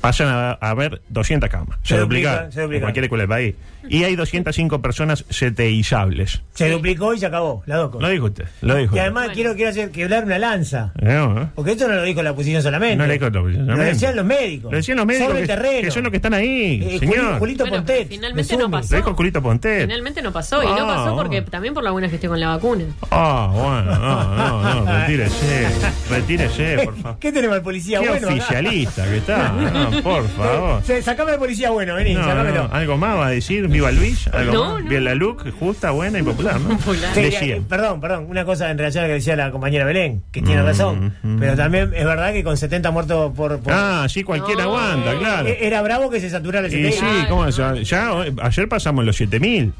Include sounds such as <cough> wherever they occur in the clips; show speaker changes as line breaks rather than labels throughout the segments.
Pasan a, a haber 200 camas. Se,
Se duplican,
duplicaron
se duplican.
en cualquier escuela del país. Y hay 205 personas CTIzables.
Se duplicó y se acabó, la dos
Lo
cosas.
dijo usted, lo dijo.
Y
usted.
además
Bueno.
quiero, quiero hacer quebrar una lanza.
No, ¿eh?
Porque esto no lo dijo la oposición solamente.
No lo dijo la oposición
Lo
solamente.
decían los médicos.
Lo decían los médicos
Sobre el
que,
terreno.
que son los que están ahí,
Eh, Juli-
señor.
Julito
Bueno,
Pontet,
pero finalmente
de
no
Zumi.
pasó.
Lo dijo Julito Pontet.
Finalmente no pasó. Y no
Ah,
pasó
ah.
porque también por la buena gestión con la vacuna.
Ah, bueno, no, no, no, retírese,
<laughs>
retírese, por favor.
¿Qué tenemos al policía
Qué
bueno? acá?
oficialista que
<laughs>
está, no, por favor.
Se- Sacame al policía bueno, vení,
No,
sacámelo.
no, algo más va a decir, viva Luis, algo
No,
más.
no.
Bien la look, justa, buena y popular, ¿no?
Popular.
Sí,
Decía.
eh, perdón, perdón, una cosa en relación a lo que decía la compañera Belén, que tiene razón,
mm.
pero también es verdad que con 70 muertos por... por-
Ah, sí, cualquiera
No.
aguanta, claro.
Eh, Era bravo que se saturara el Ah,
Y sí,
CTI.
¿cómo se llama? Ya, hoy- ayer pasamos los 7000.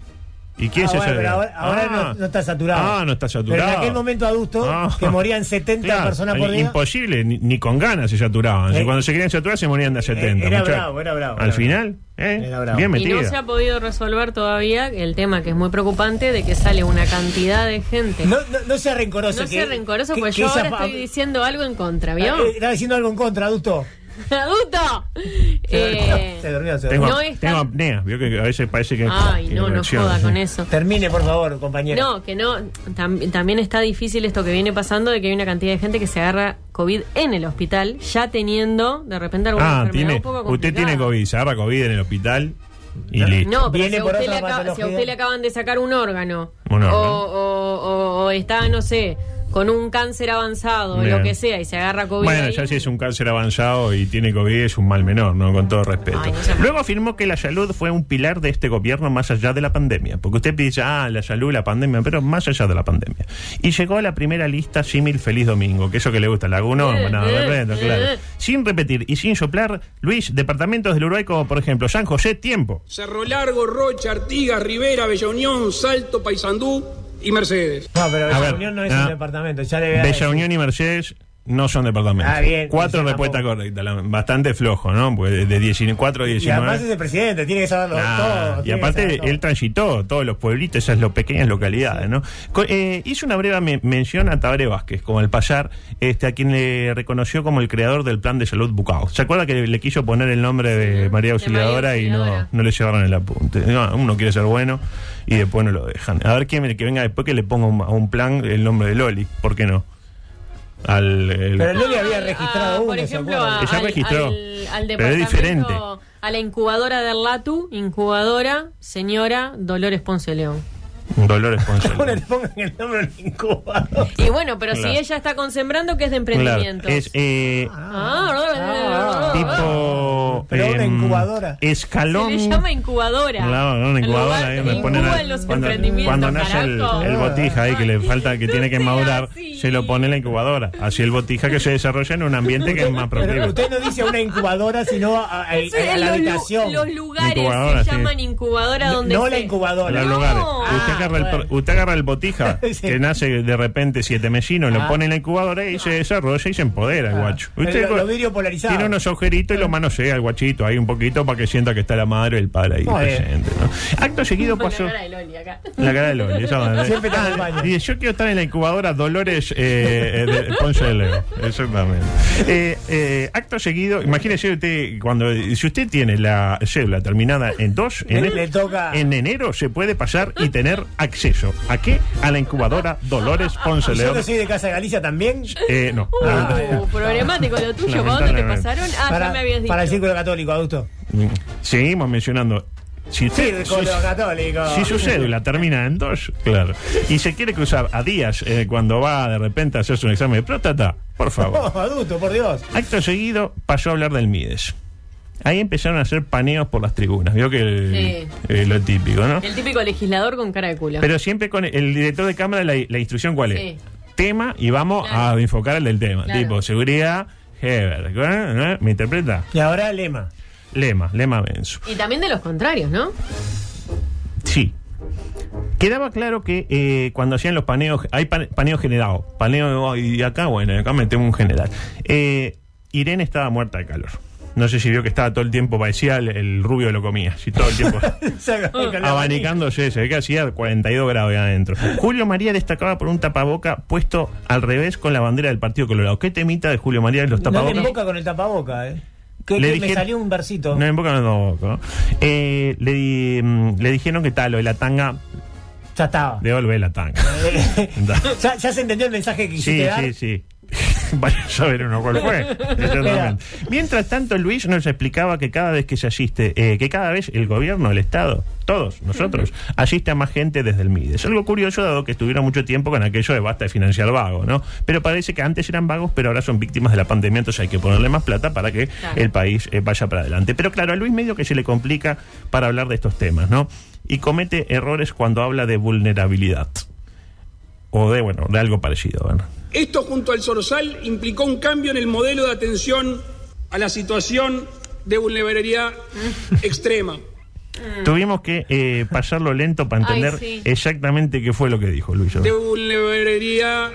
¿Y quién
eh. Ah,
se
bueno,
sabe?
pero ahora, ahora no, no está saturado.
Ah, no está saturado.
Pero en aquel momento adusto,
Ah.
que morían 70
Claro,
personas por día.
Imposible, ni, ni con ganas se saturaban.
Eh,
Cuando se querían saturar se morían de a 70.
era
muchachos.
bravo, era bravo,
Al
era
final, ¿eh?
Era bravo.
bien
Y
metido.
no se ha podido resolver todavía el tema que es muy preocupante de que sale una cantidad de gente.
No, no, no sea rencoroso.
No
que-
sea rencoroso,
que-
pues
que
yo
esa
ahora
fa-
estoy diciendo algo en contra, ¿vio?
Eh, Estaba diciendo algo en contra, adusto.
<laughs> ¡Adulto!
eh, Se
Eh,
durmió, se durmió. se
tengo,
durmió.
No está-
tengo apnea, vio que a veces parece que.
Ay, no, no
inacción,
¿eh?
joda
sí.
con eso.
Termine, por favor, compañero.
No, que no. tam- también está difícil esto que viene pasando de que hay una cantidad de gente que se agarra COVID en el hospital, ya teniendo de repente alguna
Ah,
enfermedad
tiene,
un poco
usted
complicada.
tiene COVID, se agarra COVID en el hospital y
No.
listo.
No, pero
Viene
si a,
por
usted le
otra
acaba- si a
patología.
usted le acaban de sacar un órgano,
Un órgano.
O, o- o- o está, no sé, con un cáncer avanzado,
Bien.
lo que sea, y se agarra COVID.
Bueno,
ahí,
ya si es un cáncer avanzado y tiene COVID es un mal menor, ¿no? Con todo respeto.
Ay, no se-
Luego afirmó que la salud fue un pilar de este gobierno más allá de la pandemia. Porque usted dice, ah, la salud, la pandemia, pero más allá de la pandemia. Y llegó a la primera lista símil Feliz Domingo, que eso que le gusta, Laguno,
Eh,
nada,
eh,
perfecto, claro.
eh.
Sin repetir y sin soplar, Luis, departamentos del Uruguay como, por ejemplo, San José, tiempo.
Cerro Largo, Rocha, Artigas, Rivera, Bella Unión, Salto, Paysandú y Mercedes.
No, pero
A
Bella
ver,
Unión no es
ah,
un departamento. Ya le voy a decir.
Bella Unión y Mercedes no son departamentos.
Ah, bien,
Cuatro
Mercedes
respuestas
tampoco.
correctas, la- bastante flojo, ¿no? Porque de- de 19, 4 a
Y además es
19.
el presidente, tiene que saberlo
Nah,
todo.
y
tiene que saber todo.
aparte él transitó todos los pueblitos, esas lo, pequeñas localidades, ¿no? Co- eh, hizo una breve me- mención a Tabaré Vázquez, como al pasar, este, a quien le reconoció como el creador del plan de salud Bucao. ¿Se acuerda que le, le quiso poner el nombre de
Sí,
María
de
Auxiliadora
María
y no,
Auxiliadora.
no le llevaron el apunte? No, uno quiere ser bueno y después no lo dejan. A ver quién que venga después que le ponga un- a un plan el nombre de Loli, ¿por qué no? al. el-
Pero no le había registrado
Ah,
uno,
por
¿se
ejemplo,
acuerdan?
a-
Ella
al,
registró,
al- al
pero es
departamento,
diferente.
a la incubadora de Latu, incubadora, señora Dolores Ponce León.
Dolores
<laughs>
Ponce.
Ahora le pongan el nombre al
<laughs>
incubador.
Y bueno, pero
Claro.
si ella está con Sembrando, que es de
Claro,
emprendimiento.
es eh,
Ah.
Ah,
tipo.
Pero una
em,
incubadora.
Se
Escalón.
le llama incubadora.
Claro, no, una
En
incubadora,
lugar-
ahí me
incuba
ponen a-
en los
cuando,
emprendimientos,
cuando nace el,
carajo.
el botija ahí que le falta, que
No
tiene que
sea
madurar,
así.
se lo pone en la incubadora. Así el botija que se desarrolla en un ambiente que es más
Pero
propicio.
usted no dice a una incubadora, sino a, a- a-
Eso
a
es,
la
los, lu-
habitación.
los lugares
Incubadora,
se
sí.
llaman incubadora donde
no la
se-
En
incubadora.
los
No.
lugares.
Ah,
usted, agarra el,
bueno.
usted agarra el botija
<laughs> Sí.
que nace de repente siete mellino, lo
Ah.
pone en la incubadora y se desarrolla y se empodera el guacho.
El-
Usted
lo-
co-
lo vidrio polarizado. Ah.
Tiene unos agujeritos y lo manosea el guachito ahí un poquito para que sienta que está la madre o el padre ahí
Muy bien.
presente. ¿no? Acto seguido
pues,
Con la
pasó.
cara de Loli acá.
La cara de Loli, esa madre.
Siempre te
Ah,
acompaña.
Dice, yo quiero estar en la incubadora Dolores eh, eh, de Ponce de Leo. Exactamente. Eh, eh, acto seguido, imagínese usted, cuando si usted tiene la cédula terminada en dos, en,
Le- le toca-
en enero se puede pasar y tener acceso. ¿A qué? A la incubadora Dolores Ponce de
Yo
León.
que soy de Casa Galicia también.
Ah,
Eh, no.
Uh, problemático lo tuyo. ¿Para dónde te
Lamentablemente.
pasaron? Ah, ya
Ah, para,
me habías dicho.
para el Círculo Católico, adulto.
Seguimos mencionando. Si usted,
Círculo
si-
Católico.
Si su
<laughs>
cédula termina en dos, claro, y se quiere cruzar a días eh, cuando va de repente a hacerse un examen de próstata, por <laughs> favor.
No, Oh, adulto, por Dios.
Acto seguido pasó a hablar del Mides. Ahí empezaron a hacer paneos por las tribunas, vio que el-
Sí.
eh, lo típico, ¿no?
El típico legislador con cara de culo.
Pero siempre con el, el director de cámara, la, la instrucción cuál es.
Sí.
Tema y vamos
Claro.
a enfocar el del tema.
Claro.
Tipo, seguridad, Heber, ¿eh? ¿me interpreta?
Y ahora lema.
Ah.
Lema, lema Benzo.
Y también de los contrarios, ¿no?
Sí. Quedaba claro que eh, cuando hacían los paneos, hay pane- paneo generado, paneo y acá, bueno, acá metemos un general. Eh, Irene estaba muerta de calor. No sé si vio que estaba todo el tiempo, parecía el, el rubio lo comía, si todo el tiempo abanicándose, se ve que hacía 42 grados ahí adentro. Julio María destacaba por un tapaboca puesto al revés con la bandera del Partido Colorado. ¿Qué temita de Julio María de los
No te
tapabocas?
emboca con el tapaboca, eh. Que,
Le
que me
dijeron-
salió un versito.
No, en boca no, no, no. Eh, le, di- mm, le dijeron que tal, lo de la tanga,
Ya estaba.
devolvé la tanga. Da.
<laughs> ya, ya se entendió el mensaje que quisiste
Sí,
dar.
sí, sí. <laughs> Vaya a saber uno cuál fue. Exactamente. Mientras tanto, Luis nos explicaba que cada vez que se asiste, eh, que cada vez el gobierno, el Estado, todos nosotros, asiste a más gente desde el MIDES. Algo curioso, dado que estuvieron mucho tiempo con aquello de basta de financiar vagos, ¿no? Pero parece que antes eran vagos, pero ahora son víctimas de la pandemia, entonces hay que ponerle más plata para que
Claro.
el país eh, vaya para adelante. Pero claro, a Luis medio que se le complica para hablar de estos temas, ¿no? Y comete errores cuando habla de vulnerabilidad. O de, bueno, de algo parecido, ¿verdad?
Esto junto al Zorzal implicó un cambio en el modelo de atención a la situación de vulnerabilidad extrema.
Tuvimos que eh, pasarlo lento para
Ay,
entender
sí.
exactamente qué fue lo que dijo Luis.
De vulnerabilidad,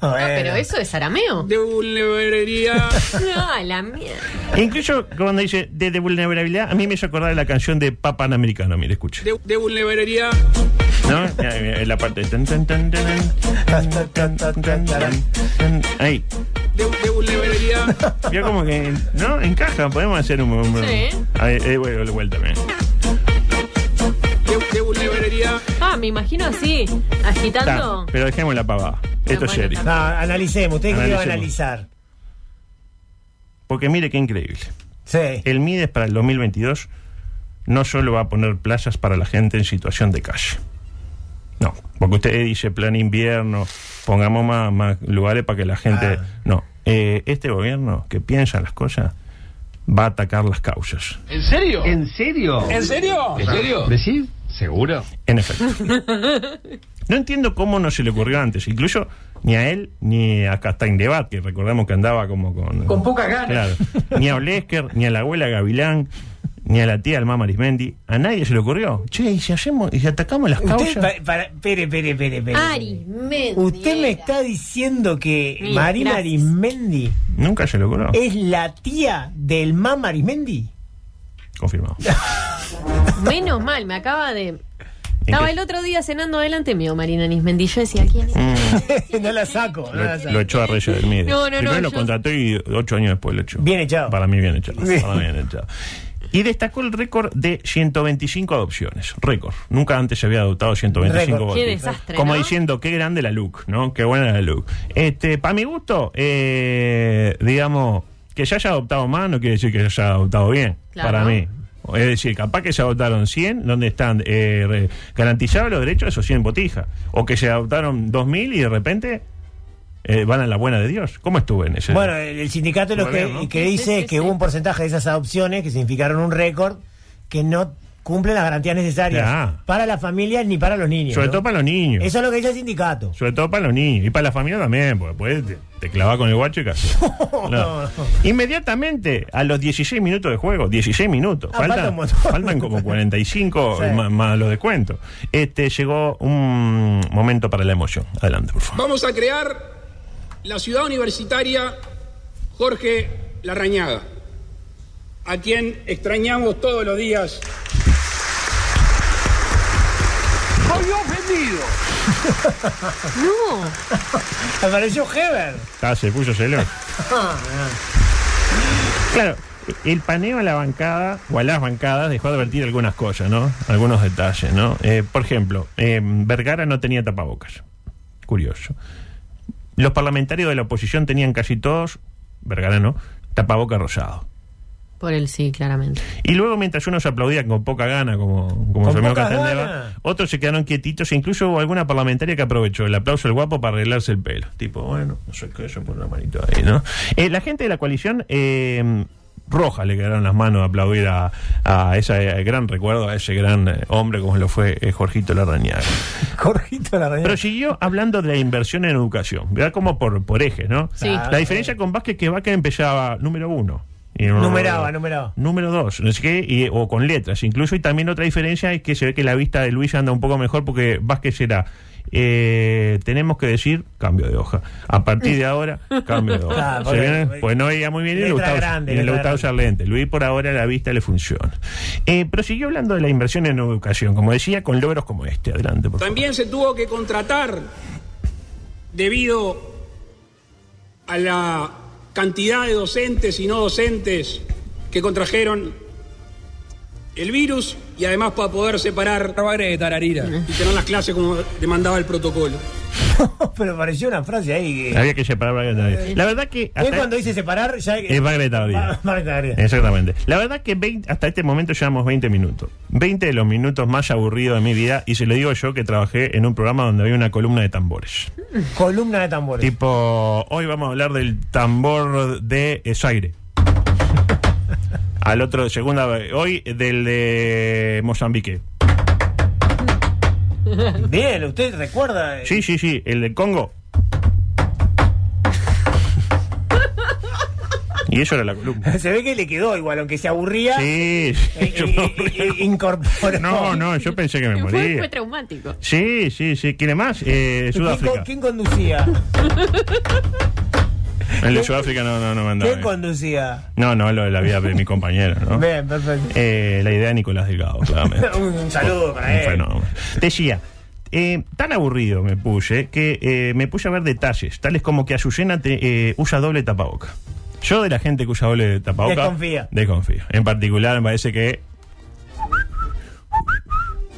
Ah, pero eso es arameo.
de vulnerabilidad.
No, la mierda.
E incluso cuando dice de, de vulnerabilidad, a mí me hizo acordar de la canción de Papan Americano. Mire, escuche.
de, de vulnerabilidad.
¿No? Eh, eh, La parte. de tan, tan, tan, tan, tan, tan, tan, tan, tan, tan. Ahí.
De, de vulnerabilidad.
Yo como que. ¿No? Encaja. Podemos hacer un. un-
Sí.
Ahí, eh, bueno, la vuelta. mira.
De, de vulnerabilidad.
Ah, me imagino así,
Está,
agitando.
pero dejemos la pavada. Esto es
bueno,
serio.
No, analicemos. Usted que iba a
Analicemos.
analizar.
Porque mire qué increíble.
Sí.
El MIDES para el 2022 no solo va a poner plazas para la gente en situación de calle. No, porque usted dice plan invierno, pongamos más, más lugares para que la gente...
Ah.
No, Eh, este gobierno que piensa las cosas va a atacar las causas.
¿En serio? ¿En serio?
¿En serio?
¿En serio? ¿Decís? ¿Seguro?
En efecto. No entiendo cómo no se le ocurrió antes, incluso ni a él ni a Castaindebat, que recordamos que andaba como con...
Con pocas ganas.
Claro. Ni a Olesker, ni a la abuela Gavilán, ni a la tía Alma Marismendi. A nadie se le ocurrió. Che, ¿y si, hacemos, y si atacamos las causas?
Usted, pa- para, pere, pere, pere, pere.
Arismendi
Usted me
era.
está diciendo que
Mira,
Marina
gracias.
Arismendi
Nunca se le ocurrió.
es la tía del mamá Arismendi.
Confirmado.
Menos mal, me acaba de. Estaba el otro día cenando delante mío, Marina Nismendi. Yo decía, ¿quién
¿Mm?
<laughs>
es?
no la saco. no la
Lo,
saco.
lo echó a Reyes del Mides.
No, no,
Primero
no,
lo
yo-
contrató y ocho años después lo echó.
Bien echado.
Para mí, bien echado.
Bien.
Para mí, bien echado. Y destacó el récord de 125 adopciones. Récord. Nunca antes se había adoptado 125
Récord.
Qué
bautizos.
desastre,
Como
¿no?
diciendo, qué grande la look, ¿no? Qué buena la look. Este, para mi gusto, eh, digamos, que ya haya adoptado más no quiere decir que haya adoptado bien.
Claro.
Para mí. Es decir, capaz que se adoptaron 100, donde están eh, re- garantizados los derechos de esos 100 botijas. O que se adoptaron 2.000 y de repente eh, van a la buena de Dios. ¿Cómo estuve en ese?
Bueno, el, el sindicato lo que,
Bueno, ¿no?
que
Sí,
dice
sí,
es que
sí.
hubo un porcentaje de esas adopciones que significaron un récord que no cumplen las garantías necesarias
Ya.
para las familias ni para los niños.
Sobre
¿no?
todo para los niños.
Eso es lo que dice el sindicato.
Sobre todo para los niños y para la familia también, porque después te, te clavas con el guacho y
<laughs>
casi. <laughs> No. Inmediatamente, a los 16 minutos de juego, 16 minutos,
Ah, falta
faltan,
un montón.
faltan como 45
<laughs> Sí.
más, más los descuentos. Este, llegó un momento para la emoción. Adelante, por favor.
Vamos a crear la ciudad universitaria Jorge Larrañaga, a quien extrañamos todos los días.
Soy ofendido.
No.
Apareció Heber.
Ah, se puso celoso. claro, el paneo a la bancada o a las bancadas dejó advertir algunas cosas, ¿no? Algunos detalles, ¿no? Eh, por ejemplo, eh, Vergara no tenía tapabocas. Curioso. Los parlamentarios de la oposición tenían casi todos, Vergara no, tapabocas rosado.
Por el sí, claramente.
Y luego, mientras unos aplaudían con poca gana, como, como
Con
su amigo
pocas
Castaneda,
ganas.
otros se quedaron quietitos. E incluso hubo alguna parlamentaria que aprovechó el aplauso del guapo para arreglarse el pelo. Tipo, bueno, no sé qué, yo por una manito ahí, ¿no? Eh, la gente de la coalición. eh, Roja le quedaron las manos a aplaudir a, a ese eh, gran recuerdo, a ese gran eh, hombre como lo fue eh, Jorgito Larrañaga.
Jorgito la
Pero siguió hablando de la inversión en educación, ¿verdad? Como por, por ejes, ¿no?
Sí.
La diferencia con Vázquez es que Vázquez empezaba número uno. Y no-
Numeraba, numeraba.
Número dos, no sé qué, y- o con letras incluso. Y también otra diferencia es que se ve que la vista de Luis anda un poco mejor porque Vázquez era. eh, tenemos que decir cambio de hoja. A partir de ahora, cambio de hoja.
Claro,
¿Se
porque-
viene? pues no veía muy bien y le
Letra
gustaba,
grande,
y le
letra
gustaba
grande.
usar lentes. Luis por ahora la vista le funciona. Eh, prosiguió hablando de la inversión en educación, como decía, con logros como este. Adelante, por favor.
También se tuvo que contratar, debido a la cantidad de docentes y no docentes que contrajeron el virus y además para poder separar de tararira y tener las clases como demandaba el protocolo.
<laughs> Pero apareció una frase ahí. que-
Había que separar Bagre de Tardía. La verdad que.
Él
hasta-
cuando dice Ah, separar, ya.
Es Bagre de Tardía.
Marca de
Eh.
Tardía.
Exactamente. La verdad que 20 hasta este momento llevamos 20 minutos. 20 de los minutos más aburridos de mi vida. Y se lo digo yo que trabajé en un programa donde había una columna de tambores.
Columna de tambores.
Tipo, hoy vamos a hablar del tambor de eh, Zaire. Al otro, segunda, hoy del de Mozambique.
Bien, usted recuerda. eh,
Sí, sí, sí, el del Congo. Y eso era la columna.
Se ve que le quedó igual, aunque se aburría. <laughs>
Sí,
eh,
<laughs> sí, yo
eh,
me
eh,
aburrí.
eh, incorporó.
No, no, yo pensé que me
Fue, fue
moría.
traumático.
Sí, sí, sí. ¿Quién es más? Eh,
¿Quién,
Sudáfrica.
co- quién conducía?
El de Sudáfrica no, no, no me andaba
¿Quién
bien.
conducía?
No, no, lo de la vida de mi compañero,
<laughs>
¿no?
Bien, perfecto.
Eh, la idea de Nicolás
<laughs>
Delgado, claramente.
Un, un saludo
Un
para él.
fenómeno. Decía, eh, tan aburrido me puse que eh, me puse a ver detalles, tales como que Azucena te, eh, usa doble tapaboca. Yo de la gente que usa doble tapaboca...
Desconfía.
Desconfío. En particular me parece que...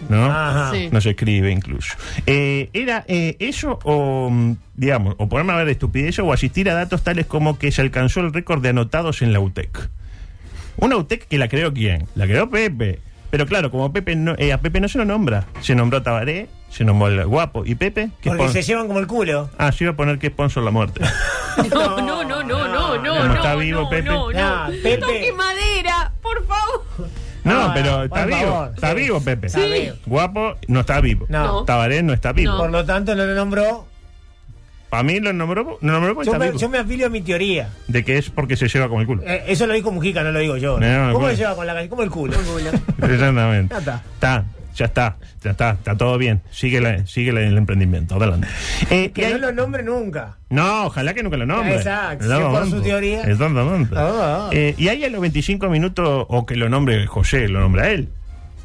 ¿No?
Ajá.
Sí.
No se escribe incluso. Eh, ¿Era eh, eso o, mm, digamos, o ponerme a ver estupidez o asistir a datos tales como que se alcanzó el récord de anotados en la E UTEC? Una UTEC que la creó quién? La creó Pepe. Pero claro, como Pepe no- eh, a Pepe no se lo nombra, se nombró a Tabaré, se nombró al guapo. ¿Y Pepe? ¿Qué
Porque
spon-
se llevan como el culo.
Ah, yo iba a poner que sponsor la
<laughs>
muerte.
No, no, no, no, no, no.
Como
no,
está vivo,
no,
Pepe. Ah,
No, no.
Nah, Pepe.
Toque madera, por favor.
No,
No,
pero
no,
está
Ah, por
vivo.
favor.
Está
Sí.
vivo Pepe.
Está vivo.
Guapo no está vivo.
No.
Tabaré no está vivo.
No.
Por lo tanto, no lo nombró.
Para mí lo nombró, lo nombró porque
Yo
está
me,
vivo.
yo me afilio a mi teoría.
De que es porque se lleva con el
<laughs>
culo.
Eh, eso lo dijo Mujica, no lo digo yo.
No, el
¿Cómo
culo.
se lleva con la calle? Como el culo.
Exactamente.
Ya está.
Está, ya está, ya está, está todo bien. Sigue, la- sigue la- el emprendimiento, adelante. Eh, y
<laughs> Que
hay-
no lo nombre nunca.
no, ojalá que nunca lo nombre.
Exacto,
Es dado
sí, por
momento.
su teoría.
Es dado momento.
Ah, ah.
Eh, y ahí a los 25 minutos, o que lo nombre José, lo nombra él.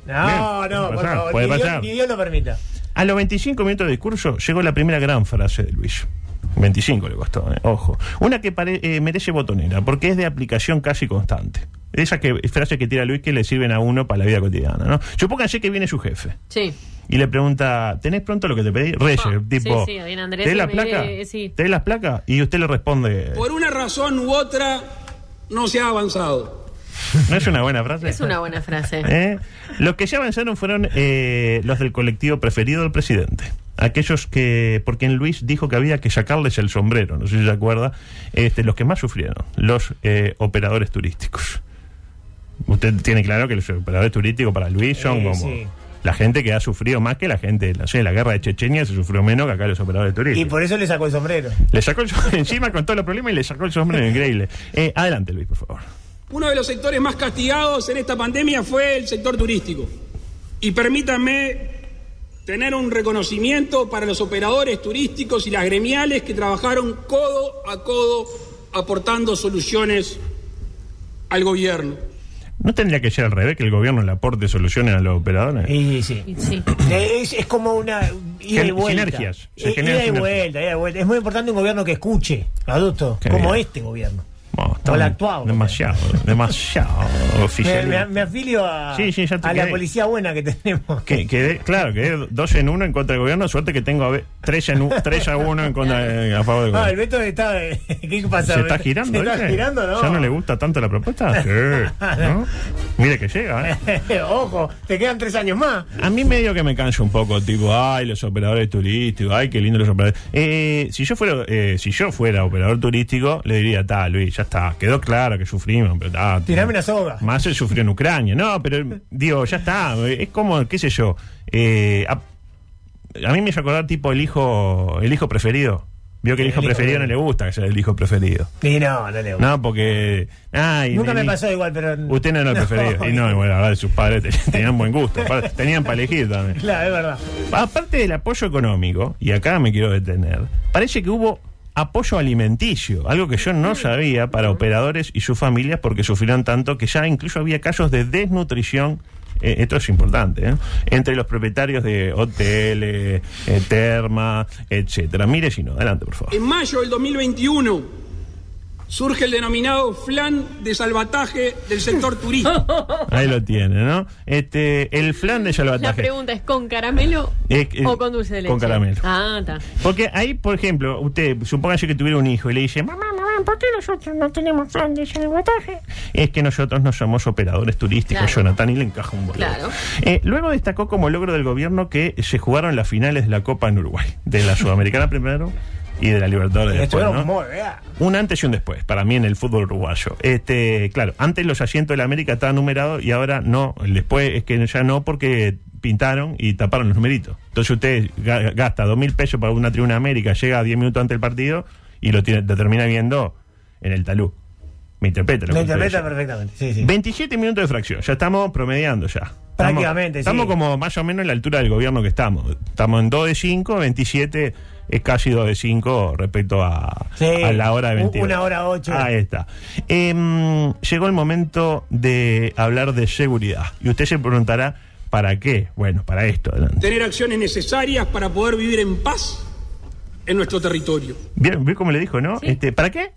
No,
Bien,
no,
puede
por
pasar,
favor.
puede
ni,
pasar.
Dios, ni Dios lo permita.
A los 25 minutos de discurso llegó la primera gran frase de Luis. 25 le costó, eh, ojo. Una que pare- eh, merece botonera, porque es de aplicación casi constante. Esa que, frase que tira Luis que le sirven a uno para la vida cotidiana, ¿no? Supónganse que viene su jefe
Sí.
y le pregunta, ¿tenés pronto lo que te pedí? Reyes,
Ah,
tipo,
sí, sí, viene Andrés
¿tenés
y
la
me
placa?
viene, eh, sí.
¿Tenés las placas? Y usted le responde,
Por una razón u otra, no se ha avanzado.
<laughs> ¿no es una buena frase?
Es una buena frase.
¿Eh? Los que ya avanzaron fueron eh, los del colectivo preferido del presidente. Aquellos que, por quien Luis dijo que había que sacarles el sombrero, no sé si se acuerda, este, los que más sufrieron, los eh, operadores turísticos. Usted tiene claro que los operadores turísticos para Luis son
Eh,
como
sí.
la gente que ha sufrido más que la gente, no sé, la guerra de Chechenia se sufrió menos que acá los operadores
Y
turísticos.
por eso le sacó el sombrero.
Le sacó el sombrero <laughs> encima con todos los problemas y le sacó el sombrero increíble. Eh, adelante, Luis, por favor.
Uno de los sectores más castigados en esta pandemia fue el sector turístico. Y permítanme tener un reconocimiento para los operadores turísticos y las gremiales que trabajaron codo a codo aportando soluciones al gobierno.
¿No tendría que ser al revés que el gobierno le aporte soluciones a los operadores?
Y sí.
Y Sí.
Eh, Es, es como una ida y
Gen-
vuelta.
sinergias, se
Eh,
generan
ida y
sinergias.
vuelta, ida y vuelta. Es muy importante un gobierno que escuche, adulto,
Qué
como
bien.
este gobierno.
Bueno, está
Hola, actuado.
Demasiado, demasiado
<laughs> Me,
oficial.
me- me afilio a,
Sí, sí, ya te
a la
quedé.
policía buena que <laughs> tenemos.
Que, que- claro, que dos en uno en contra del gobierno. Suerte que tengo a ve- tres, en u- tres a uno en contra, eh, a favor del
Ah, el
gobierno.
Beto está. <laughs> ¿Qué pasa?
Se
Beto?
está girando,
Se está
¿viste?
girando, ¿no?
¿Ya no
<laughs>
le gusta tanto la propuesta? Sí, ¿no? Mire que llega, ¿eh?
Ojo, te quedan tres años más.
A mí medio que me canso un poco, tipo, ay, los operadores turísticos, ay, qué lindo los operadores. Eh, si yo fuera, eh, si yo fuera operador turístico, le diría, ta, Luis, ya está, quedó claro que sufrimos, pero ta,
Tirame una soga.
Más se sufrió en Ucrania, no, pero digo, ya está, eh, es como, qué sé yo, eh, a, a mí me hizo acordar tipo el hijo, el hijo preferido. Vio que el
El
hijo
hijo
preferido no le gusta que sea el hijo preferido.
Y no, no le gusta.
No, porque. ay,
Nunca me
ni-
pasó igual, pero.
Usted
<laughs>
no era el preferido. Y no, bueno, la verdad, sus padres ten- tenían buen gusto. Aparte, Tenían para elegir también.
Claro, es verdad.
Aparte del apoyo económico, y acá me quiero detener, parece que hubo apoyo alimenticio, algo que yo no sabía para operadores y sus familias porque sufrieron tanto que ya incluso había casos de desnutrición. eh, esto es importante, ¿eh? entre los propietarios de hoteles, eh, termas, etcétera. Mire si no, adelante, por
<laughs>
favor.
En mayo del 2021 surge el denominado flan de salvataje del sector turístico.
Ahí lo tiene, ¿no? Este, el flan de
La
salvataje.
pregunta es: ¿con caramelo
Eh, eh,
o con dulce de leche?
con caramelo.
Ah, está.
Porque ahí, por ejemplo, usted, supóngase que tuviera un hijo y le dice, mamá, mamá, ¿por qué nosotros no tenemos plan de salvataje? Es que nosotros no somos operadores turísticos,
Claro.
Jonathan, y le encaja un boludo.
Claro.
Eh, luego destacó como logro del gobierno que se jugaron las finales de la Copa en Uruguay, de la Sudamericana primero y de la Libertadores después,
Estuvieron
¿no?
muy bien.
Un antes y un después, para mí en el fútbol uruguayo. Este, claro, antes los asientos de la América estaban numerados y ahora no. El Después es que ya no porque pintaron y taparon los numeritos. Entonces usted ga- gasta dos mil pesos para una tribuna América, llega 10 minutos antes del partido y lo, tiene, lo termina viendo en el talú. Me interpreta lo
Lo
que estoy
interpreta
diciendo.
perfectamente. Sí, sí.
27 minutos de fracción, ya estamos promediando ya. Estamos-
Prácticamente, sí.
Estamos como más o menos en la altura del gobierno que estamos. Estamos en 2 de 5, 27 es casi 2 de 5 respecto a,
Sí,
a la hora de
u-
22.
una hora ocho.
Ahí está. Em, llegó el momento de hablar de seguridad. Y usted se preguntará, ¿para qué? Bueno, para esto, adelante.
Tener acciones necesarias para poder vivir en paz en nuestro territorio.
¿Vieron, vieron cómo le dijo, no? Este, ¿Para qué?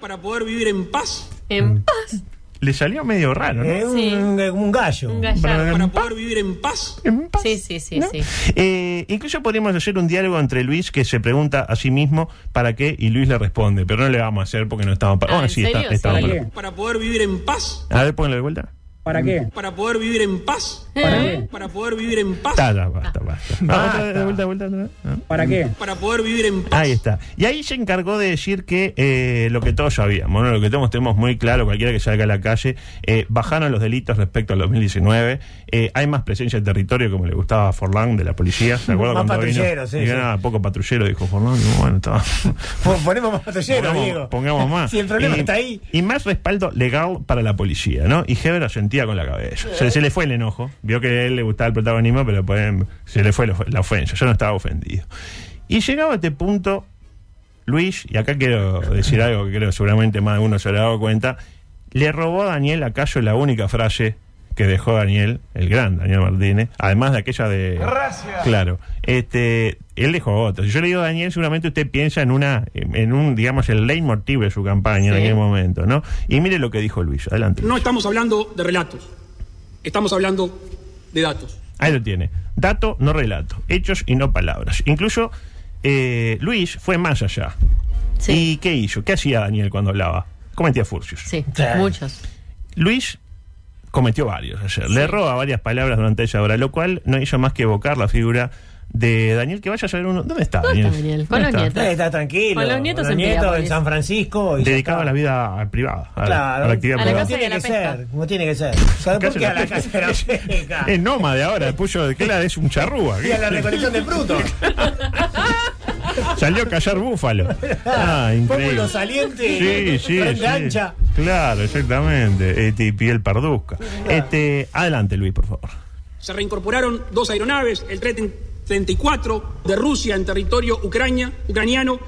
Para poder vivir en paz.
Mm.
En paz.
Le salió medio raro, ¿no?
Eh, un,
Sí.
un gallo.
Un gallardo.
Para poder vivir en paz.
En paz.
Sí, sí, sí, sí.
Eh, incluso podríamos hacer un diálogo entre Luis que se pregunta a sí mismo para qué y Luis le responde, pero no le vamos a hacer porque no estamos para.
Ah,
Ah,
¿en
sí, está-
serio?
estamos
Sí.
para-
Para poder vivir en paz.
A ver, ponlo de vuelta.
¿Para qué?
Para poder vivir en paz.
¿Eh?
Para poder vivir en
Está,
paz.
ya, basta, basta. Ah, otra vez, de vuelta, de vuelta, otra vez. Ah.
¿Para qué?
Para poder vivir en paz.
Ahí está. Y ahí se encargó de decir que eh, lo que todos sabíamos, ¿no? lo que todos tenemos muy claro, cualquiera que salga a la calle, eh, bajaron los delitos respecto al 2019, eh, hay más presencia en territorio, como le gustaba a Forlán de la policía, ¿se acuerda?
Más
cuando vino?
patrulleros, sí,
Y dijo,
sí.
"Ah, poco patrullero, dijo Forlán, y bueno, estaba...
Pon- Ponemos más patrullero,
pongamos,
Diego. <laughs>
pongamos más.
Si el problema
y,
está ahí.
Y más respaldo legal para la policía, ¿no? Y Heber lo sentía con la cabeza. Se, se le fue el enojo. Vio que a él le gustaba el protagonismo, pero pues, em, se le fue lo- la ofensa. Yo no estaba ofendido. Y llegaba a este punto, Luis, y acá quiero decir algo que creo seguramente más de uno se le ha dado cuenta, le robó a Daniel acaso la única frase que dejó Daniel, el gran Daniel Martínez, además de aquella de... Gracias. Claro. Este, él dijo otro. Si yo le digo Daniel, seguramente usted piensa en una, en un, digamos, el leitmotiv de su campaña en
Sí.
aquel momento, ¿no? Y mire lo que dijo Luis. Adelante.
No
Luis.
estamos hablando de relatos, estamos hablando de datos.
Ahí lo tiene. Dato, no relato. Hechos y no palabras. Incluso eh, Luis fue más allá.
Sí.
¿Y qué hizo? ¿Qué hacía Daniel cuando hablaba? Cometía furcios.
Sí,
Claro.
muchos.
Luis cometió varios ayer. Le erró a varias palabras durante esa hora, lo cual no hizo más que evocar la figura de Daniel, que vaya a saber uno. ¿Dónde está
¿Dónde
Daniel?
está Daniel? Con
¿Dónde
los
está?
nietos.
Eh, está tranquilo.
Con los nietos
Los
en
nietos
Pirapolis.
en San Francisco. y ya
Dedicado
está.
a la vida privada, a, la-
Claro.
a la actividad
A la
privada.
casa y a la
Como tiene
pesca.
que ser, como tiene que ser. ¿Sabes por
Casi
qué a
la
la
pesca. <laughs>
casa de la pesca?
Es nómade ahora, puso de la es un charrúa.
Y a la recolección de frutos.
Salió a callar búfalo. Ah, increíble.
Pómulo saliente.
Sí, sí,
Gran
sí.
ancha.
Claro, exactamente. Este, y piel parduzca. Este, adelante, Luis, por favor.
Se reincorporaron dos aeronaves, el 34 de Rusia en territorio ucrania- ucraniano.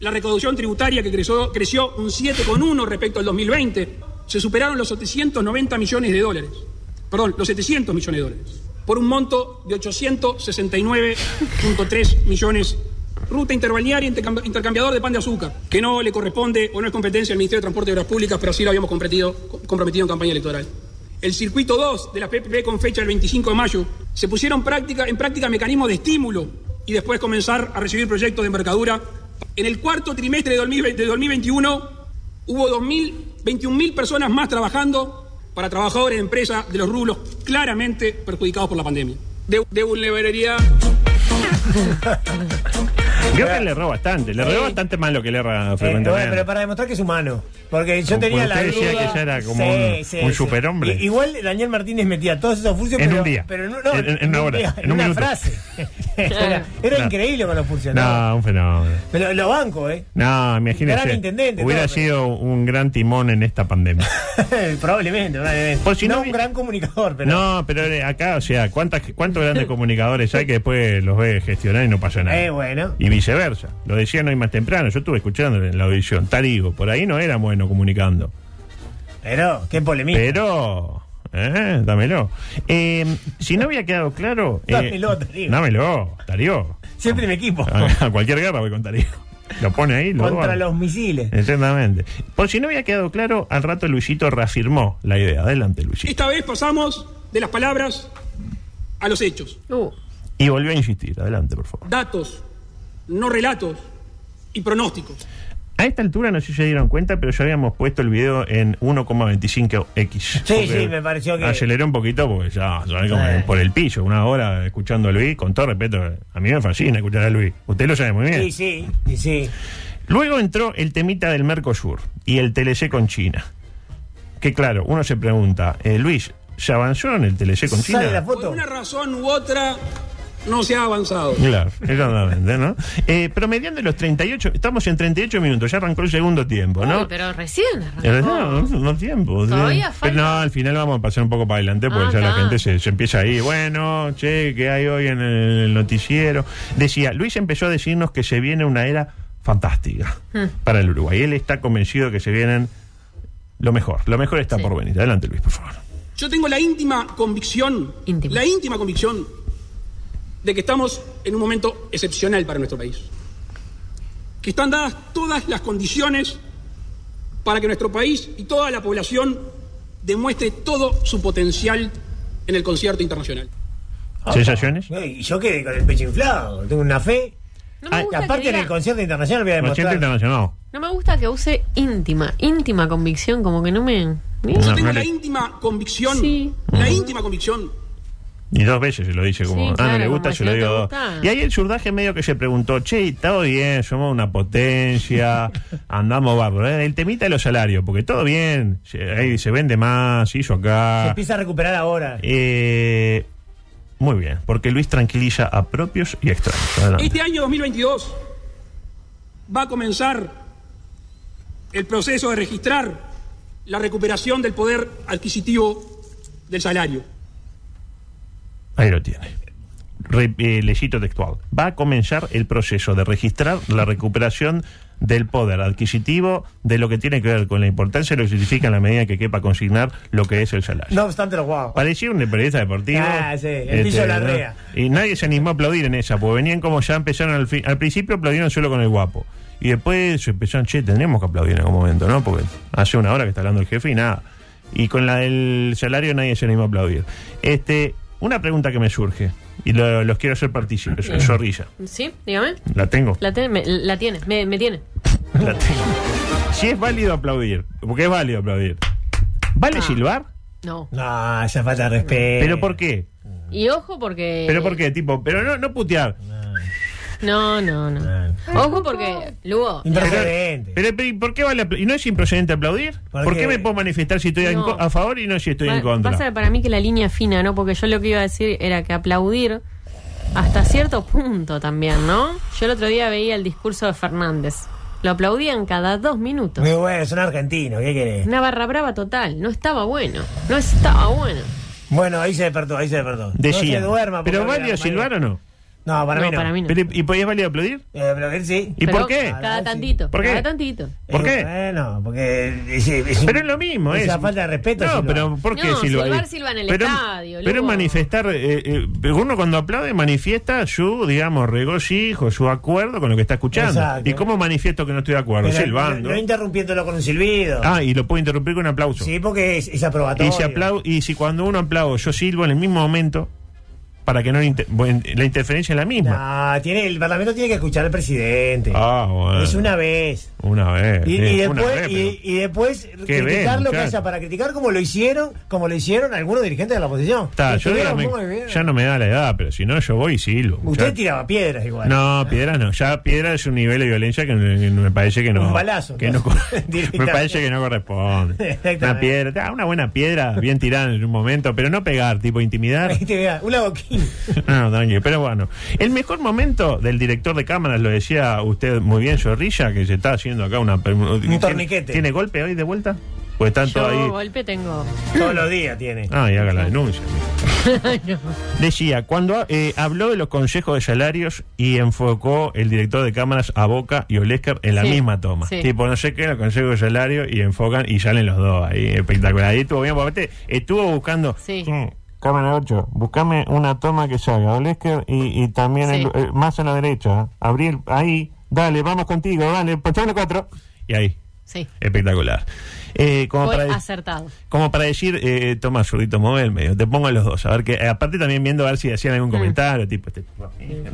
La recaudación tributaria que creció, creció un 7,1 respecto al 2020. Se superaron los 790 millones de dólares. Perdón, los 700 millones de dólares. Por un monto de 869.3 millones. Ruta interbalnearia intercambi- intercambiador de pan de azúcar, que no le corresponde o no es competencia del Ministerio de Transporte y Obras Públicas, pero sí lo habíamos comprometido, comprometido en campaña electoral. El circuito 2 de la PPP con fecha del 25 de mayo se pusieron práctica, en práctica mecanismos de estímulo y después comenzar a recibir proyectos de envergadura. En el cuarto trimestre de 2020 de 2021 hubo 2.000 21.000 personas más trabajando para trabajadores de empresas de los rubros claramente perjudicados por la pandemia. De, de vulnerabilidad.
Creo que le erró bastante. Le erró
Sí.
bastante más lo que le erra
Eh, bueno,
frecuentemente.
pero para demostrar que es humano. Porque yo
Como
tenía
usted
la
decía
duda.
que ya era como un- un superhombre.
I- igual Daniel Martínez metía todos esos furcios
En
pero,
un día.
pero en, un- no,
En- en una hora,
día,
en un
en, una
minuto. <laughs>
frase. <laughs> era era
No.
increíble con los furcios. ¿no?
No, un fenómeno.
Pero lo banco, ¿eh? <laughs>
No, imagínese.
Gran intendente,
hubiera
todo, pero-
sido un gran timón en esta pandemia.
probablemente, probablemente.
Por si
no,
no
un
vi-
gran comunicador, <laughs> pero.
No, pero eh, acá, o sea, ¿cuántas, ¿cuántos
<laughs>
grandes comunicadores hay que después los ve gestionar y no pasa nada?
Eh, bueno.
Y viceversa. Lo decían hoy más temprano. Yo estuve escuchando en la audición. Tarigo, por ahí no era bueno comunicando.
Pero, qué polémica.
Pero. eh, dámelo. Eh, si no había quedado claro. eh,
Dámelo, Tarigo.
Dámelo, Tarigo.
Siempre mi equipo.
A, a cualquier guerra voy con Tarigo. Lo pone ahí, lo
Contra
guarda.
los misiles.
Eh. Exactamente. Por si no había quedado claro, al rato Luisito reafirmó la idea. Adelante, Luisito.
Esta vez pasamos de las palabras a los hechos.
Uh,
Y volvió a insistir. Adelante, por favor.
Datos, no relatos y pronósticos.
A esta altura, no sé si se dieron cuenta, pero ya habíamos puesto el video en 1,25x. Porque
sí, me pareció que-
Aceleré un poquito porque ya, ya como
Sí.
por el pillo, una hora escuchando a Luis. Con todo respeto, a mí me fascina escuchar a Luis. Usted lo sabe muy bien.
Y sí, y sí.
Luego entró el temita del Mercosur y el TLC con China. Que claro, uno se pregunta, eh, Luis, ¿se avanzó en el TLC con China?
Sale la
Por
foto.
una razón u otra no se ha avanzado.
Claro, exactamente, ¿no? Eh, promediando los 38, estamos en 38 minutos, ya arrancó el segundo tiempo, ¿no?
uy, pero recién
En
arrancó.
realidad, No, no, tiempo. sí.
Todavía
Pero
falta.
no, al final vamos a pasar un poco para adelante porque
Ah,
ya la
está.
gente se, se empieza ahí. Bueno, che, ¿qué hay hoy en el noticiero? Decía, Luis empezó a decirnos que se viene una era fantástica
Hmm.
para el Uruguay. Él está convencido que se vienen lo mejor. Lo mejor está por venir. Adelante, Luis, por favor.
Yo tengo la íntima convicción,
Íntima.
la íntima convicción de que estamos en un momento excepcional para nuestro país. Que están dadas todas las condiciones para que nuestro país y toda la población demuestre todo su potencial en el concierto internacional.
Ah, ¿Sensaciones?
Y yo quedé con el pecho inflado. Tengo una fe.
No me
Ah,
gusta
Aparte
que
en el
diga-
concierto internacional voy a
Concierto
demostrar.
internacional.
No me gusta que use íntima, íntima convicción, como que no me. ¿Eh?
No,
Yo tengo
no
la
le-
íntima convicción,
Sí.
la íntima convicción
Y dos veces se lo dice como,
Sí,
ah, no
claro,
le gusta,
como
se
si
lo
no te
digo dos.
gusta.
Y ahí el surdaje medio que se preguntó, che, está todo bien, somos una
<laughs>
potencia, andamos bárbaro. ¿eh? El temita de los salarios, porque todo bien, se, ahí se vende más, se hizo
Se
acá.
empieza a recuperar ahora.
Eh, muy bien, porque Luis tranquiliza a propios y extraños. Adelante.
Este año 2022 va a comenzar el proceso de registrar la recuperación del poder adquisitivo del salario.
Ahí lo tiene. Re- eh, le cito textual. Va a comenzar el proceso de registrar la recuperación del poder adquisitivo, de lo que tiene que ver con la importancia de lo que significa en la medida que quepa consignar lo que es el salario.
No obstante, los guau.
Parecía un periodista deportivo. Este,
Ah, sí, el pillo de la
¿no?
rea.
Y nadie se animó a aplaudir en esa, porque venían como ya empezaron al, fin- al principio aplaudieron solo con el guapo. Y después se empezaron, che, tendríamos que aplaudir en algún momento, ¿no? Porque hace una hora que está hablando el jefe y nada. Y con la del salario nadie se animó a aplaudir. Este, una pregunta que me surge, y lo- los quiero hacer partícipes, zorrilla.
Sí, dígame.
La tengo.
La, tiene, me- la tiene, me, me tiene.
<laughs> La tengo. Si es válido aplaudir, porque es válido aplaudir. ¿Vale
Ah.
silbar?
No.
No, ya falta de respeto.
¿Pero por qué?
Y ojo porque.
¿Pero por qué? Tipo, pero no, no putear.
No, no, no. Ojo porque, Lugo.
Improcedente.
Pero, pero, ¿y por qué vale apl- ¿Y no es improcedente aplaudir?
¿Por
¿Por,
qué?
qué? me puedo manifestar si estoy en
No.
co- a favor y no si estoy en
pa-
contra?
Pasa para mí que la línea fina, ¿no? Porque yo lo que iba a decir era que aplaudir hasta cierto punto también, ¿no? Yo el otro día veía el discurso de Fernández. Lo aplaudían cada dos minutos.
Muy bueno, son argentinos, ¿qué querés?
Una barra brava total. No estaba bueno. No estaba bueno.
Bueno, ahí se despertó, ahí se despertó. No se
Decían.
duerma. porque
¿Pero
no le
válido
dan
silbar o no?
No, para
No,
mí no.
para mí no.
Pero, ¿Y pues, es válido aplaudir?
Eh, pero él Ah, sí.
¿Y
Pero
por qué?
Cada tantito.
¿Por qué?
Cada tantito.
¿Por
Eh,
qué?
Bueno, porque. es- es un-
Pero es lo mismo, es.
Esa falta de respeto.
No,
silbar.
pero ¿por qué
No,
silbar?
silbar silba en el
pero,
estadio,
Pero
luego.
manifestar. eh, eh, uno cuando aplaude manifiesta su, digamos, regocijo, su acuerdo con lo que está escuchando.
Exacto.
¿Y cómo manifiesto que no estoy de acuerdo?
Pero
Silbando.
No, no interrumpiéndolo con un silbido.
Ah, y lo puedo interrumpir con un aplauso.
Sí, porque es, es
Y
aprobatorio.
si, aplau- y si cuando uno aplaude, yo silbo en el mismo momento, para que no inter- bueno, la interferencia es la misma.
No, tiene, el Parlamento tiene que escuchar al presidente.
Ah, bueno.
Es una vez.
Una vez.
Y,
sí,
y
una
después,
vez,
y, y después criticar
ven,
lo que
claro.
haya para criticar como lo hicieron, como lo hicieron algunos dirigentes de la oposición.
pero- Ta, yo
Estuvieron
dígame,
muy bien.
ya no me da la edad, pero si no, yo voy y silbo.
Usted
Ya-
tiraba piedras igual. <laughs>
No, piedra no. Ya piedra es un nivel de violencia que no- que no me parece que no.
Un balazo,
Que
¿no?
no cor- <laughs> me
<laughs> Directamente.
parece que no
<laughs>
corresponde.
Exactamente.
Una piedra, ah, una buena piedra, bien tirada en un momento, pero no pegar, tipo intimidar.
Ahí te Este, vea,
<laughs>
una boquina.
No, no, tranqui, pero bueno. El mejor momento del director de cámaras, lo decía usted muy bien, Zorrilla, que se está haciendo acá una... Un
torniquete.
¿Tiene golpe hoy de vuelta? Pues están
Yo
todos ahí...
golpe tengo.
Todos los días tiene.
Ah, y haga la denuncia.
<laughs>
Decía, cuando eh, habló de los consejos de salarios y enfocó el director de cámaras a Boca y Olesker en la
Sí,
misma toma.
sí.
Tipo, no sé qué, los consejos de salario y enfocan y salen los dos ahí. Espectacular. Ahí estuvo bien, porque aparte estuvo buscando.
Sí.
Cámara 8, buscame una toma que salga Olesker y, y también
Sí.
el- eh, más a la derecha. Abrir ahí, dale, vamos contigo, dale, ponchame cuatro. Y ahí,
Sí.
espectacular. Eh, como
Fue
para-
acertado.
como para decir, eh, toma, zurdito, mueve el medio. Te pongo los dos. A ver que, eh, aparte también viendo a ver si hacían algún comentario, tipo, este,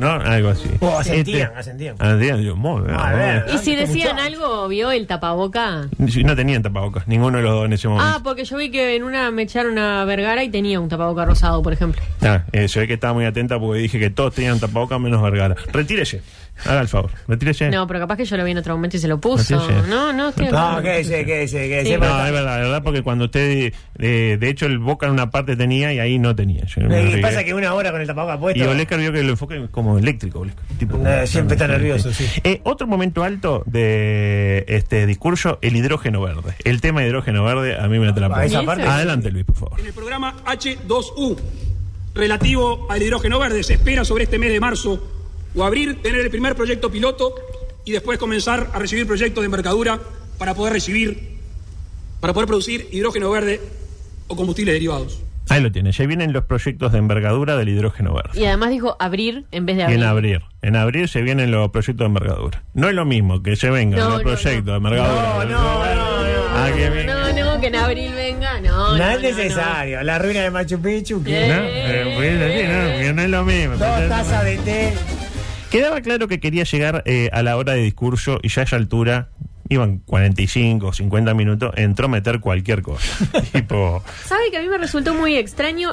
¿no? Algo así.
O Ah, asentían,
Este,
asentían.
asentían, digo, mueve,
A
mueve.
ver.
Y si
Ay, este
decían
muchacho.
algo, vio el tapaboca.
Sí, No tenían tapabocas, ninguno de los dos en ese
Ah,
momento.
porque yo vi que en una me echaron a Vergara y tenía un tapaboca rosado, por ejemplo.
Ah, eh, se ve que estaba muy atenta porque dije que todos tenían tapabocas menos Vergara. Retírese, haga el favor, retírese.
No, pero capaz que yo lo vi en otro momento y se lo
No
puso.
tiene sentido.
No, no, estoy
No,
hablando.
quédese, quédese, quédese.
Sí.
porque
No,
está-
es verdad, es verdad, porque cuando usted, eh, de hecho, el Boca en una parte tenía y ahí no tenía. Yo me eh.
Y
regué.
pasa que una hora con el tapabocas puesto.
Y Olesker vio que lo enfoque como eléctrico. Olesker, tipo-
Eh, siempre está nervioso, sí.
Eh, otro momento alto de este discurso, el hidrógeno verde. El tema de hidrógeno verde a mí me atrapa.
Ah, esa
parte-
Adelante, Luis, por favor.
En el programa H2U, relativo al hidrógeno verde, se espera sobre este mes de marzo o abril tener el primer proyecto piloto y después comenzar a recibir proyectos de envergadura para poder recibir, para poder producir hidrógeno verde o combustibles derivados.
Ahí lo tiene. Ya vienen los proyectos de envergadura del hidrógeno verde.
Y además dijo abrir en vez de
Y
abrir.
en abril. En abril se vienen los proyectos de envergadura. No es lo mismo que se vengan
No,
los
no,
proyectos de envergadura.
Oh, No, no, no, no.
Ah, que venga.
No, eh. no, que en abril venga.
No
No, no,
es necesario. La ruina de Machu Picchu,
¿No?
que
Eh, pues, sí, no, no es lo mismo.
dos tazas de té. <laughs>
Quedaba claro que quería llegar eh, a la hora de discurso y ya a esa altura iban 45 o 50 minutos, entró a meter cualquier
<laughs>
cosa. tipo,
¿Sabe que a mí me resultó muy extraño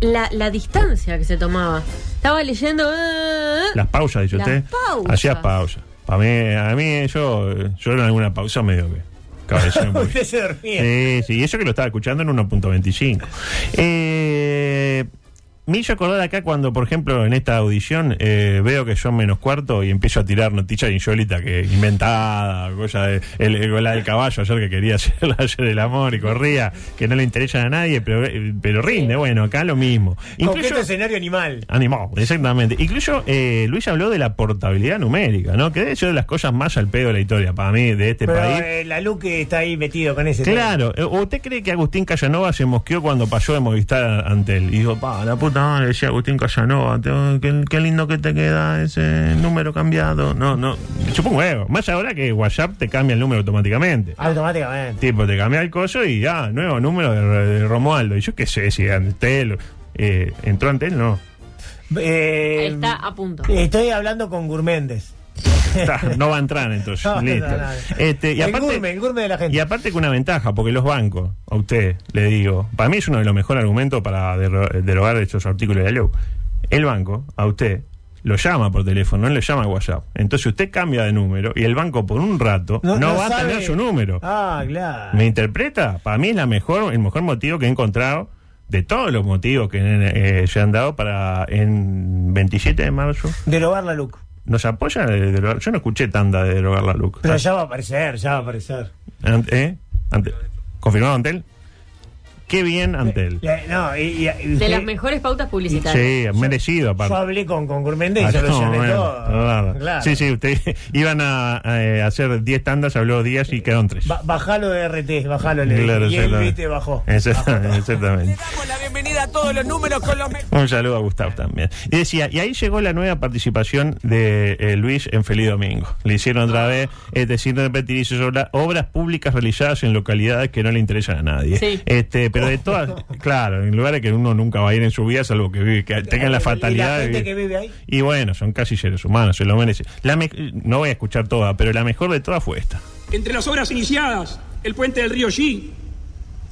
la, la distancia que se tomaba? Estaba leyendo. ah, ah,
las pausas, dice
Las
usted.
pausas.
Hacía pausa. Para mí, a mí yo, yo en alguna pausa medio que cabeceé
<laughs>
un poquito.
Usted se dormía.
Sí, sí, y eso que lo estaba escuchando en 1.25. Eh, me hizo acordar acá cuando, por ejemplo, en esta audición eh, veo que son menos cuarto y empiezo a tirar noticias insólitas que inventada, cosa de el, el- la del caballo ayer que quería <laughs> hacer la hacer el amor y corría, que no le interesan a nadie, pero, eh, pero rinde, bueno, acá lo mismo. Incluso- este
Concreto escenario animal.
Animado, exactamente. Incluso eh, Luis habló de la portabilidad numérica, ¿no? Que debe ser de las cosas más al pedo de la historia para mí de este
Pero
país.
eh, la Luque está ahí metido con ese.
Claro, eh, ¿usted cree que Agustín Casanova se mosqueó cuando pasó de Movistar a- ante él? Y dijo, pa, la puta madre, decía Agustín Casanova, te- qué, qué lindo que te queda ese número cambiado. No, no, chupa un huevo. Más ahora que WhatsApp te cambia el número automáticamente.
tema. Automáticamente.
Tipo, te cambia Ah. el coso y ya, nuevo número de, de Romualdo. Y yo qué sé si Antel, eh, entró ante él, no.
Eh,
Ahí está a punto.
Estoy hablando con Gourméndez.
Está, no va a entrar entonces.
<laughs> No, no,
Listo.
no, no.
Este, y,
el
aparte,
gourmet, el gourmet de la gente.
y aparte que una ventaja, porque los bancos, a usted le digo, para mí es uno de los mejores argumentos para derro- derogar estos artículos de la ley. El banco, a usted, lo llama por teléfono, no le llama a WhatsApp. Entonces usted cambia de número y el banco por un rato no, va a
sabe-
tener su número.
Ah, claro.
¿Me interpreta? Para mí es la mejor, el mejor motivo que he encontrado de todos los motivos que eh, se han dado para en 27 de marzo
Derogar la Luque.
¿Nos apoya? de- de lo- Yo no escuché tanda de derogar la LUC.
Pero ya va a aparecer, ya va a aparecer.
Ant- ¿eh? Ante- ¿Confirmado Antel? Qué bien Antel.
Le- No, y, y- y
De
usted-
las mejores pautas publicitarias.
Sí, merecido
Yo
aparte.
hablé con, con Gourméndez
Ah,
y se lo
no,
llené
bueno,
todo.
claro.
Claro.
Sí, sí, usted <laughs> iban a, a, eh, hacer 10 tandas, habló 10 y quedaron 3.
Ba- bajalo de RT, bajalo. Le,
Claro, Eh.
y él,
exactamente.
viste, bajó.
Exactamente. <laughs> exactamente.
damos la bienvenida a todos los números con los mejores.
Un saludo a Gustavo también. Y decía, y ahí llegó la nueva participación de eh, Luis en Feliz Domingo. Le hicieron otra
Ah.
vez, este, es decir, repetir sobre obras públicas realizadas en localidades que no le interesan a nadie.
Sí.
Este, pero de
<laughs>
todas, claro, en lugares que uno nunca va a ir en su vida, salvo que, vive, que tengan la
Y
fatalidad.
La
de
gente
vivir.
que vive ahí.
Y bueno, son casi seres humanos, se lo merece. La me- no voy a escuchar toda, pero la mejor de todas fue esta.
Entre las obras iniciadas, el puente del río Yi,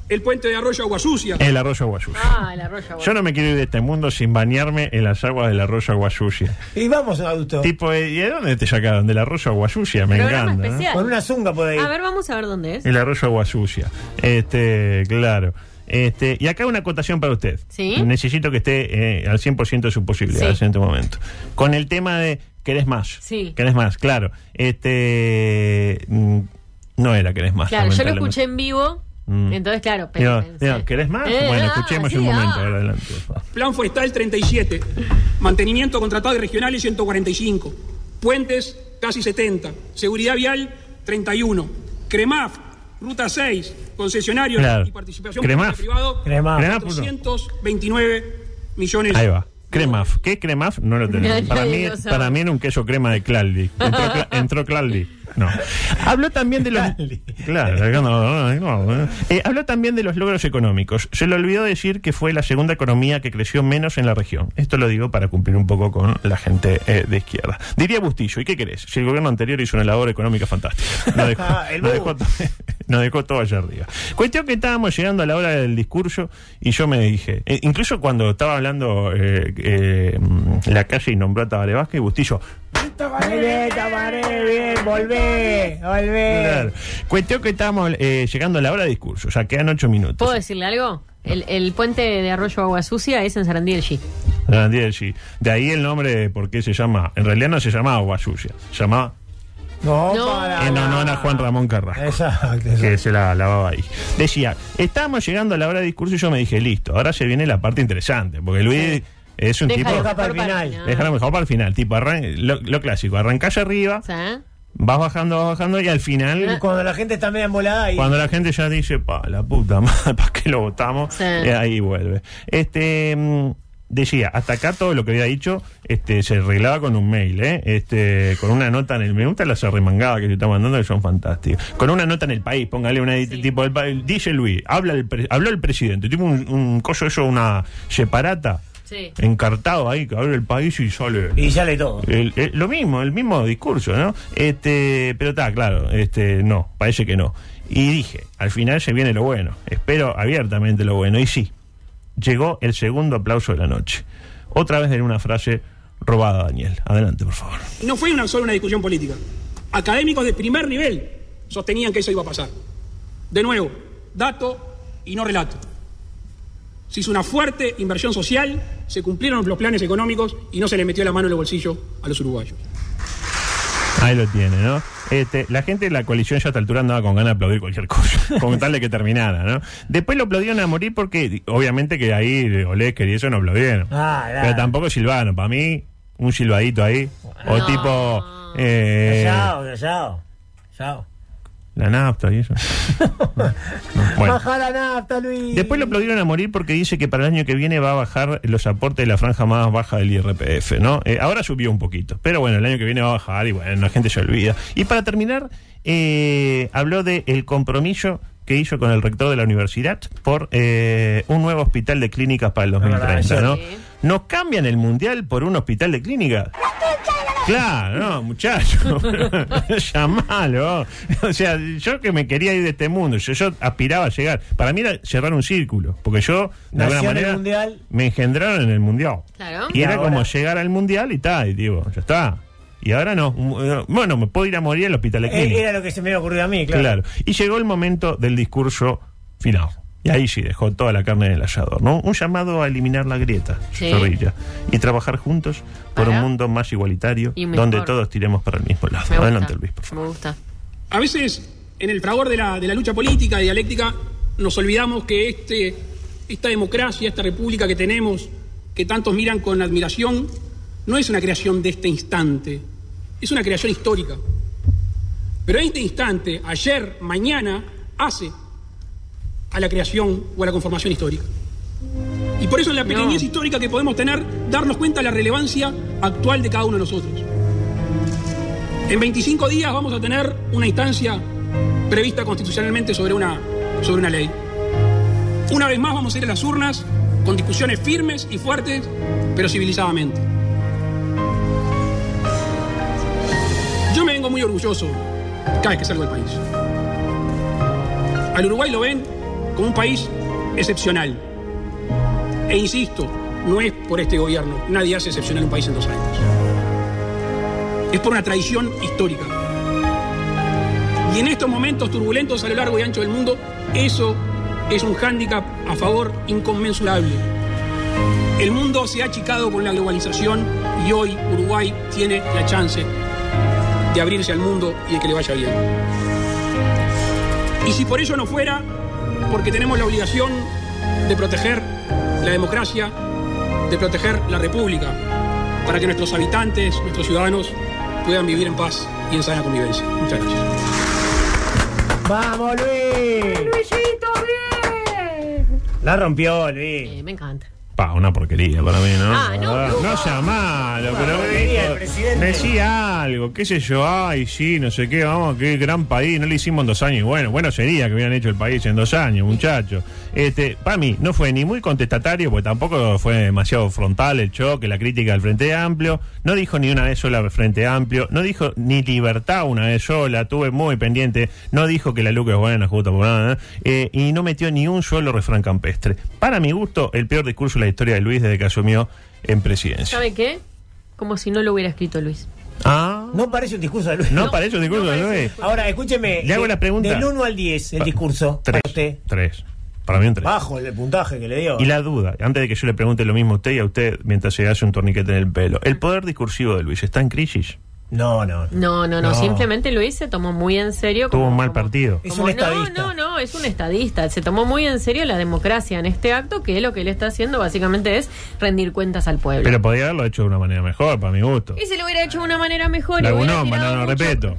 el puente de Arroyo Aguasucia,
El arroyo Aguasucia.
Ah, el arroyo. bueno.
Yo no me quiero ir de este mundo sin bañarme en las aguas del arroyo Aguasucia.
Y vamos, adulto.
Tipo, eh, ¿y de dónde te sacaron? Del arroyo agua sucia, me
Programa
encanta. ¿no?
especial.
Con una zunga por ahí.
A ver, vamos a ver dónde es.
El arroyo agua sucia. Este, claro. Este, y acá una acotación para usted.
Sí.
Necesito que esté eh, al 100% de sus posibilidades
Sí.
en este momento. Con el tema de querés más.
Sí.
Querés más, claro. Este mm, no era querés más.
Claro, yo lo
lamentablemente.
escuché en vivo.
Mm.
Entonces, claro,
Digo,
pensé.
digo, ¿Querés más?
Eh,
bueno,
ah,
escuchemos
sí,
un momento.
ah.
ahora adelante. por favor.
Plan Forestal 37, Mantenimiento Contratado y Regionales 145, Puentes casi 70, Seguridad Vial 31, CREMAF, Ruta 6, Concesionario
Claro.
y Participación
CREMAF.
Privado,
Crema.
Crema. Ah, puto.
229 millones.
Ahí va. Cremaf. ¿Qué es Cremaf? No lo tenemos.
No,
para,
nadie
mí,
lo sabe.
para mí era un queso crema de Claldi. Entró, <laughs> Cla- entró Claldi. No. Habló también de los.
Claldi.
Claro, acá no, no, no. Eh, habló también de los logros económicos. Se le olvidó decir que fue la segunda economía que creció menos en la región. Esto lo digo para cumplir un poco con la gente eh, de izquierda. Diría Bustillo, ¿y qué querés? Si el gobierno anterior hizo una labor económica fantástica. No dejó,
El
no dejó
Bus.
<laughs> nos dejó todo allá arriba. Cuestión que estábamos llegando a la hora del discurso y yo me dije, eh, incluso cuando estaba hablando eh, eh, mm, la calle y nombró a Tabaré Vázquez y Bustillo.
Muy bien, Tabaré, bien, volvé, volvé.
claro. Cuestión que estábamos eh, llegando a la hora del discurso, ya quedan ocho minutos.
¿Puedo decirle algo? El, el puente de Arroyo Agua Sucia es en Sarandí del G.
Ah, de allí. De ahí el nombre de por qué se llama, en realidad no se llamaba Agua Sucia, se llamaba
No,
No.
para.
en honor a Juan Ramón Carrasco.
Exacto,
que
exacto.
se la lavaba ahí. Decía, estábamos llegando a la hora de discurso y yo me dije, listo, ahora se viene la parte interesante, porque Luis es un
Deja
tipo...
lo
Deja para el
mejor para el
final.
final.
Dejar lo mejor para el final, tipo arran- lo, lo clásico, arrancás arriba,
O sea,
vas bajando, vas bajando y al
Ah.
final,
Cuando la gente está media embolada y.
cuando la gente ya dice, pa, la puta madre, <laughs> ¿para qué lo votamos?
Sí.
Eh, ahí vuelve. Este mm, decía, hasta acá todo lo que había dicho, este se arreglaba con un mail, ¿eh? este con una nota en el me gusta las arremangadas que se está mandando que son fantásticas. Con una nota en el país, póngale una tipo el, pa- el- dice Luis, habla el pre- habló el presidente, tipo un, un coso eso una separata.
Sí.
Encartado ahí, que habla el país y sale.
Y ya le todo.
El- el- lo mismo, el mismo discurso, ¿no? Este, pero está, claro, este, no, parece que no. Y dije, al final se viene lo bueno, espero abiertamente lo bueno, y sí, llegó el segundo aplauso de la noche. Otra vez en una frase robada, Daniel. Adelante, por favor.
Y no fue una, solo una discusión política. Académicos de primer nivel sostenían que eso iba a pasar. De nuevo, dato y no relato. Se hizo una fuerte inversión social, se cumplieron los planes económicos y no se le metió la mano en el bolsillo a los uruguayos.
Ahí lo tiene, ¿no? Este, la gente de la coalición ya a esta altura andaba con ganas de aplaudir cualquier cosa, con tal de que terminara, ¿no? Después lo aplaudieron a morir porque, obviamente, que ahí Olesker y eso no aplaudieron.
Ah, claro.
Pero tampoco Silvano, para mí, un silbadito ahí. O
No.
tipo. eh,
Chao, chao. Chao.
la nafta y eso. Bueno.
Baja la nafta, Luis.
Después lo aplaudieron a morir porque dice que para el año que viene va a bajar los aportes de la franja más baja del IRPF, ¿no? Eh, ahora subió un poquito, pero bueno, el año que viene va a bajar y bueno, la gente se olvida. Y para terminar, eh, habló de el compromiso que hizo con el rector de la universidad por eh, un nuevo hospital de clínicas para el
verdad,
2030,
eso
¿no?
sí.
Nos cambian el mundial por un hospital de clínicas. Claro, no, muchacho. Llamalo. O sea, yo que me quería ir de este mundo, yo, yo aspiraba a llegar. Para mí era cerrar un círculo, porque yo, de
Nació
alguna
en el
manera,
Mundial.
me engendraron en el mundial.
Claro.
Y
Y
era
ahora-
como llegar al mundial y está, y digo, ya está. Y ahora no. Mm, eh, Bueno, me puedo ir a morir al hospital de
Eh,
clínica.
Era lo que se me había ocurrido a mí, claro.
Claro. Y llegó el momento del discurso final. Y ahí sí dejó toda la carne en el asador, ¿no? Un llamado a eliminar la grieta,
Sí.
zorrilla, y trabajar juntos por
Para.
un mundo más igualitario,
Y mejor.
donde todos tiremos para el mismo lado.
Me gusta.
Adelante, Luis, por favor.
Me gusta.
A veces, en el fragor de la, de la lucha política, dialéctica, nos olvidamos que este, esta democracia, esta república que tenemos, que tantos miran con admiración, no es una creación de este instante, es una creación histórica. Pero este instante, ayer, mañana, hace a la creación o a la conformación histórica. Y por eso en la pequeñez histórica que podemos tener, darnos cuenta de la relevancia actual de cada uno de nosotros. En 25 días vamos a tener una instancia prevista constitucionalmente sobre una, sobre una ley. Una vez más vamos a ir a las urnas con discusiones firmes y fuertes, pero civilizadamente. Yo me vengo muy orgulloso cada vez que salgo del país. Al Uruguay lo ven como un país excepcional. E insisto, no es por este gobierno. Nadie hace excepcional un país en dos años es por una tradición histórica. Y en estos momentos turbulentos a lo largo y ancho del mundo, eso es un hándicap a favor inconmensurable. El mundo se ha achicado con la globalización y hoy Uruguay tiene la chance de abrirse al mundo y de que le vaya bien. Y si por ello no fuera, porque tenemos la obligación de proteger la democracia, de proteger la república, para que nuestros habitantes, nuestros ciudadanos, puedan vivir en paz y en sana convivencia. Muchas gracias.
¡Vamos, Luis! La rompió, Luis.
Eh, me encanta.
Pa, una porquería para mí, ¿no?
Ah, no,
Ah,
no.
llamalo, pero
porquería,
dijo,
el presidente.
decía algo, qué sé yo, ay, sí, no sé qué, vamos, qué gran país, no le hicimos en dos años. Y Bueno, bueno sería que hubieran hecho el país en dos años, muchachos. Este, para mí, no fue ni muy contestatario, porque tampoco fue demasiado frontal el choque, la crítica al Frente Amplio, no dijo ni una vez sola al Frente Amplio, no dijo ni libertad una vez sola, tuve muy pendiente, no dijo que la Luca es buena, justo por nada, eh, y no metió ni un solo refrán campestre. Para mi gusto, el peor discurso de la historia de Luis desde que asumió en presidencia.
¿Sabe qué? Como si no lo hubiera escrito Luis.
Ah,
No parece un discurso de Luis.
no, para eso discurso,
no
¿no
parece
es?
Ahora, escúcheme.
Le hago
de-
la pregunta.
Del 1 al 10, el discurso.
Tres,
Para usted.
tres. Para mí un tres.
Bajo el puntaje que le dio.
Y la duda, antes de que yo le pregunte lo mismo a usted y a usted mientras se hace un torniquete en el pelo, ¿el poder discursivo de Luis está en crisis?
No, no.
No, no, no,
No.
Simplemente Luis se tomó muy en serio.
Tuvo
como-
un mal
como-
partido.
Es
como,
un
no,
estadista.
no, no, es un estadista. Se tomó muy en serio la democracia en este acto, que lo que él está haciendo básicamente es rendir cuentas al pueblo.
Pero podría haberlo hecho de una manera mejor, para mi gusto.
y se lo hubiera hecho de una manera mejor. y
La
hubiera
Gunoma,
tirado
no, no,
mucho-
respeto.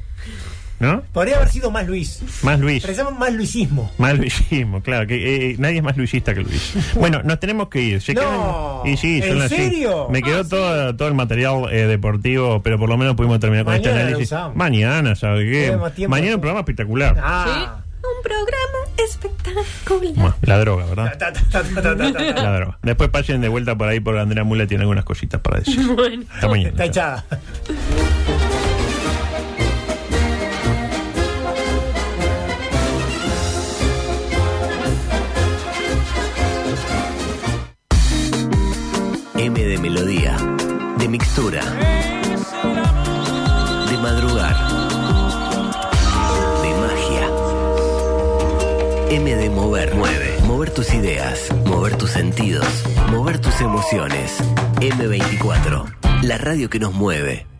¿No?
Podría haber sido más Luis.
Más Luis.
Pensamos más luisismo.
Más luisismo, claro, que eh, nadie es más luisista que
<laughs>
Luis. Bueno, nos tenemos que ir. Se
No,
quedan- y sí, son
¿en
las cinco.
serio? Ah,
Me quedó todo, todo el material eh, deportivo, pero por lo menos pudimos terminar con este
Mañana lo
análisis.
usamos.
Mañana, ¿sabe
Tenemos
qué?
tiempo.
Mañana un programa espectacular.
Ah.
Sí, Un programa espectacular.
Bueno, la droga, ¿verdad?
Ta, ta, ta, ta, ta, ta, ta.
La droga. Después pasen de vuelta por ahí por Andrea Mula, tiene algunas cositas para decir.
Bueno.
Hasta mañana.
Está echada.
M de melodía, de mixtura, de madrugar, de magia. M de mover, mueve, Mover tus ideas, mover tus sentidos, mover tus emociones. M24, la radio que nos mueve.